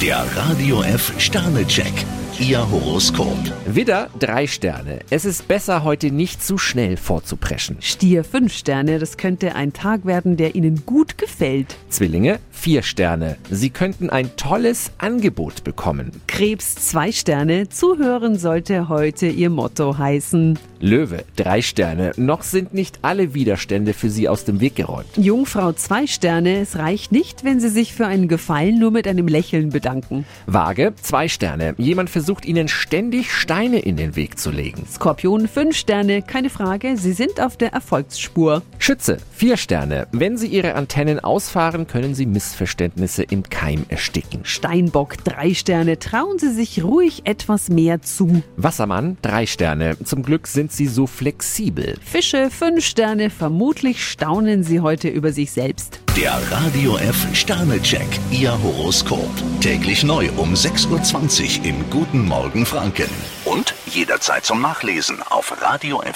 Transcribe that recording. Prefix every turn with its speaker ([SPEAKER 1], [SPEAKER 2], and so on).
[SPEAKER 1] Der Radio F Sternecheck. Ihr Horoskop.
[SPEAKER 2] Widder, drei Sterne. Es ist besser, heute nicht zu schnell vorzupreschen.
[SPEAKER 3] Stier fünf Sterne, das könnte ein Tag werden, der Ihnen gut gefällt.
[SPEAKER 2] Zwillinge, vier Sterne. Sie könnten ein tolles Angebot bekommen.
[SPEAKER 3] Krebs zwei Sterne, zuhören sollte heute Ihr Motto heißen.
[SPEAKER 2] Löwe, drei Sterne. Noch sind nicht alle Widerstände für Sie aus dem Weg geräumt.
[SPEAKER 3] Jungfrau zwei Sterne, es reicht nicht, wenn Sie sich für einen Gefallen nur mit einem Lächeln bedanken.
[SPEAKER 2] Waage, zwei Sterne. Jemand versucht Ihnen ständig Steine in den Weg zu legen.
[SPEAKER 3] Skorpion fünf Sterne, keine Frage, Sie sind auf der Erfolgsspur.
[SPEAKER 2] Schütze, vier Sterne. Wenn Sie Ihre Antennen ausfahren, können Sie Missverständnisse im Keim ersticken.
[SPEAKER 3] Steinbock drei Sterne, trauen Sie sich ruhig etwas mehr zu.
[SPEAKER 2] Wassermann, drei Sterne. Zum Glück sind Sie so flexibel.
[SPEAKER 3] Fische fünf Sterne, vermutlich staunen Sie heute über sich selbst.
[SPEAKER 1] Der Radio F Sternecheck. Ihr Horoskop. Täglich neu um 6.20 Uhr im Guten Morgen Franken. Und jederzeit zum Nachlesen auf radiof.de.